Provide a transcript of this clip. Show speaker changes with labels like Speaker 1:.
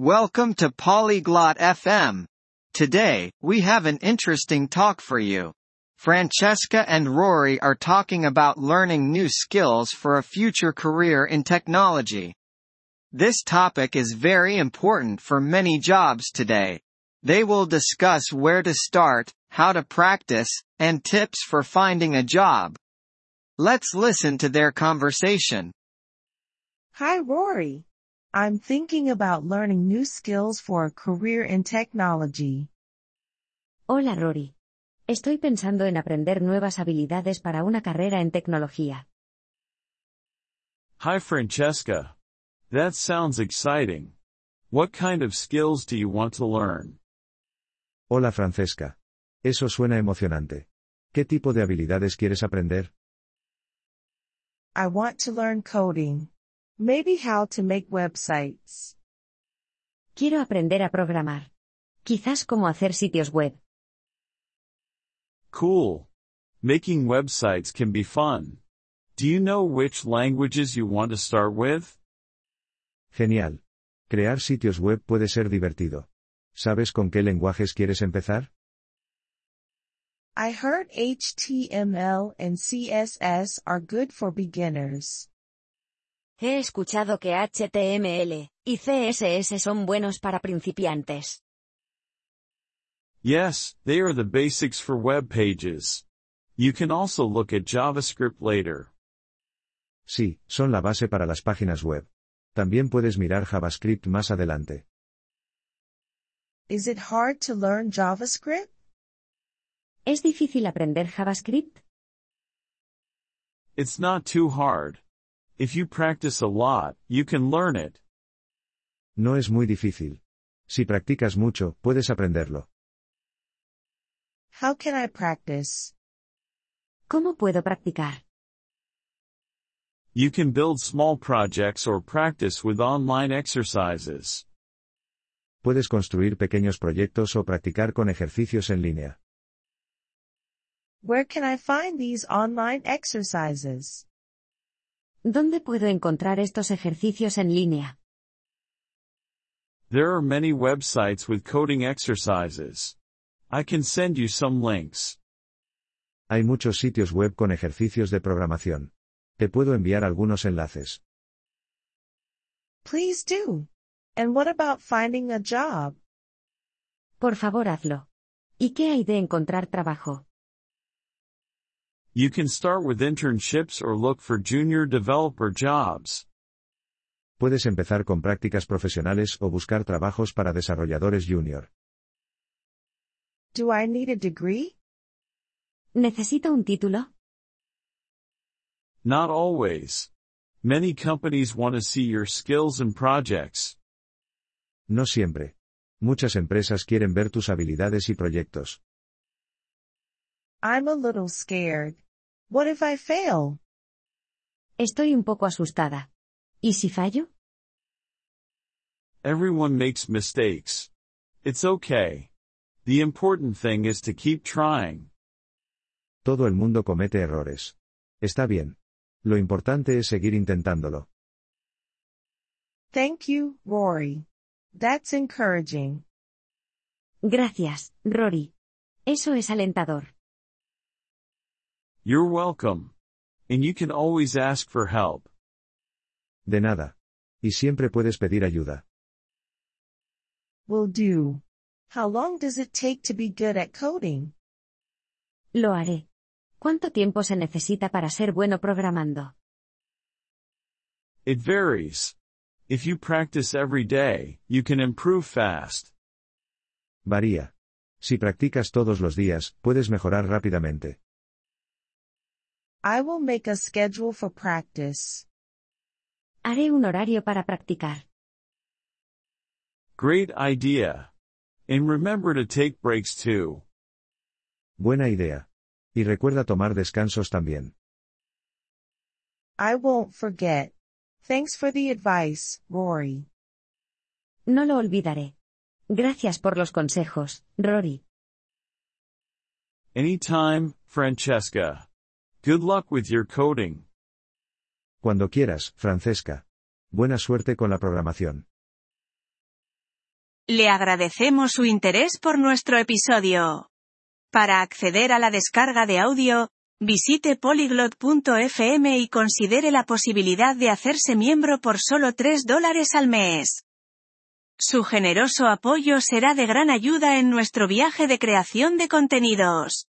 Speaker 1: Welcome to Polyglot FM. Today, we have an interesting talk for you. Francesca and Rory are talking about learning new skills for a future career in technology. This topic is very important for many jobs today. They will discuss where to start, how to practice, and tips for finding a job. Let's listen to their conversation.
Speaker 2: Hi, Rory. I'm thinking about learning new skills for a career in technology.
Speaker 3: Hola Rory. Estoy pensando en aprender nuevas habilidades para una carrera en tecnología.
Speaker 4: Hi, Francesca. That sounds exciting. What kind of skills do you want to learn?
Speaker 5: Hola Francesca. Eso suena emocionante. ¿Qué tipo de habilidades quieres aprender?
Speaker 2: I want to learn coding. Maybe how to make websites.
Speaker 3: Quiero aprender a programar. Quizás cómo hacer sitios web.
Speaker 4: Cool. Making websites can be fun. Do you know which languages you want to start with?
Speaker 5: Genial. Crear sitios web puede ser divertido. ¿Sabes con qué lenguajes quieres empezar?
Speaker 2: I heard HTML and CSS are good for beginners.
Speaker 3: He escuchado que HTML y CSS son buenos para principiantes.
Speaker 4: Yes, they are the basics for web pages. You can also look at JavaScript later.
Speaker 5: Sí, son la base para las páginas web. También puedes mirar JavaScript más adelante.
Speaker 2: Is it hard to learn JavaScript?
Speaker 3: ¿Es difícil aprender JavaScript?
Speaker 4: It's not too hard. If you practice a lot, you can learn it.
Speaker 5: No es muy difícil. Si practicas mucho, puedes aprenderlo.
Speaker 2: How can I practice?
Speaker 3: ¿Cómo puedo practicar?
Speaker 4: You can build small projects or practice with online exercises.
Speaker 5: Puedes construir pequeños proyectos o practicar con ejercicios en línea.
Speaker 2: Where can I find these online exercises?
Speaker 3: ¿Dónde puedo encontrar estos ejercicios en línea?
Speaker 4: There are many websites with coding exercises. I can send you some links.
Speaker 5: Hay muchos sitios web con ejercicios de programación. Te puedo enviar algunos enlaces.
Speaker 2: Please do. And what about finding a job?
Speaker 3: Por favor, hazlo. ¿Y qué hay de encontrar trabajo?
Speaker 4: You can start with internships or look for junior developer jobs.
Speaker 5: Puedes empezar con prácticas profesionales o buscar trabajos para desarrolladores junior.
Speaker 2: Do I need a degree?
Speaker 3: ¿Necesito un título?
Speaker 4: Not always. Many companies want to see your skills and projects.
Speaker 5: No siempre. Muchas empresas quieren ver tus habilidades y proyectos.
Speaker 2: I'm a little scared. What if I fail?
Speaker 3: Estoy un poco asustada. ¿Y si fallo?
Speaker 4: Everyone makes mistakes. It's okay. The important thing is to keep trying.
Speaker 5: Todo el mundo comete errores. Está bien. Lo importante es seguir intentándolo.
Speaker 2: Thank you, Rory. That's encouraging.
Speaker 3: Gracias, Rory. Eso es alentador.
Speaker 4: You're welcome. And you can always ask for help.
Speaker 5: De nada. Y siempre puedes pedir ayuda.
Speaker 2: Will do. How long does it take to be good at coding?
Speaker 3: Lo haré. ¿Cuánto tiempo se necesita para ser bueno programando?
Speaker 4: It varies. If you practice every day, you can improve fast.
Speaker 5: Varía. Si practicas todos los días, puedes mejorar rápidamente.
Speaker 2: I will make a schedule for practice.
Speaker 3: Haré un horario para practicar.
Speaker 4: Great idea. And remember to take breaks too.
Speaker 5: Buena idea. Y recuerda tomar descansos también.
Speaker 2: I won't forget. Thanks for the advice, Rory.
Speaker 3: No lo olvidaré. Gracias por los consejos, Rory.
Speaker 4: Anytime, Francesca. Good luck with your coding.
Speaker 5: Cuando quieras, Francesca. Buena suerte con la programación.
Speaker 6: Le agradecemos su interés por nuestro episodio. Para acceder a la descarga de audio, visite polyglot.fm y considere la posibilidad de hacerse miembro por solo 3 dólares al mes. Su generoso apoyo será de gran ayuda en nuestro viaje de creación de contenidos.